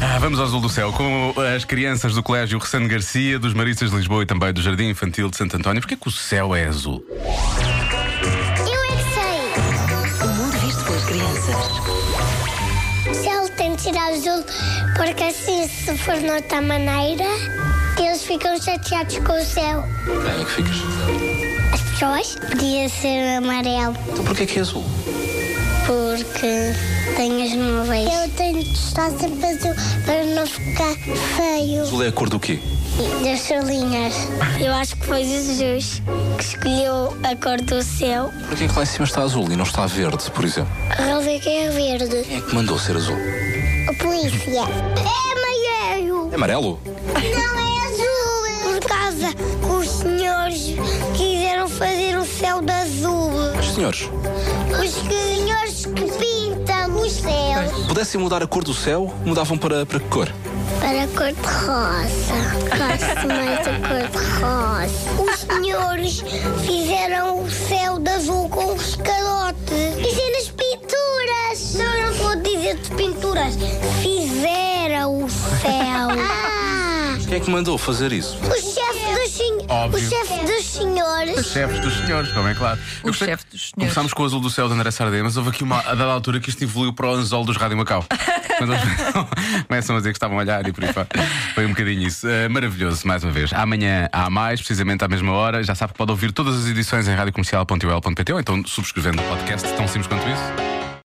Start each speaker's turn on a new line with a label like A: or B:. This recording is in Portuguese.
A: Ah, vamos ao Azul do Céu com as crianças do Colégio Ressano Garcia, dos Maristas de Lisboa e também do Jardim Infantil de Santo António. Porquê que o céu é azul?
B: Eu é que
C: O mundo visto pelas crianças.
B: sei. Se ele tem de ser azul, porque assim, se for noutra maneira, eles ficam chateados com o céu.
D: Bem, é que ficas.
B: As pessoas podia ser amarelo,
D: Então porquê que é azul?
B: porque tem as nuvens. Eu tenho de estar sempre azul para não ficar feio.
D: Azul é a cor do quê?
B: Das solinhas. Eu acho que foi Jesus que escolheu a cor do céu.
D: Porquê é que lá em cima está azul e não está verde, por exemplo?
B: A relva que é verde.
D: Quem é que mandou ser azul?
B: A polícia. É amarelo.
D: É amarelo?
B: Não é azul. Por causa que os senhores quiseram fazer o céu de azul.
D: Os senhores,
B: Os senhores que pintam o céu.
D: pudessem mudar a cor do céu, mudavam para, para que cor?
B: Para a cor de rosa. Gosto mais da cor de rosa. Os senhores fizeram o céu de azul com os calotes. Isso é nas pinturas. Não, não vou dizer de pinturas. Fizeram o céu. ah!
D: Quem é que mandou fazer isso?
B: O chefe dos, sen- o
A: Óbvio.
B: chefe dos senhores.
A: Chefes dos senhores, como é claro. Eu
E: O
A: gostei
E: chefe
A: que
E: dos senhores.
A: Começámos com o Azul do Céu de André Sardé, mas houve aqui uma a dada altura que isto evoluiu para o anzol dos Rádio Macau. Quando eles começam a dizer que estavam a olhar e por aí fora. Foi um bocadinho isso. Eh, maravilhoso, mais uma vez. Amanhã há mais, precisamente à mesma hora. Já sabe que pode ouvir todas as edições em radiocomercial.ol.pt ou então subscrevendo o podcast, tão simples quanto isso.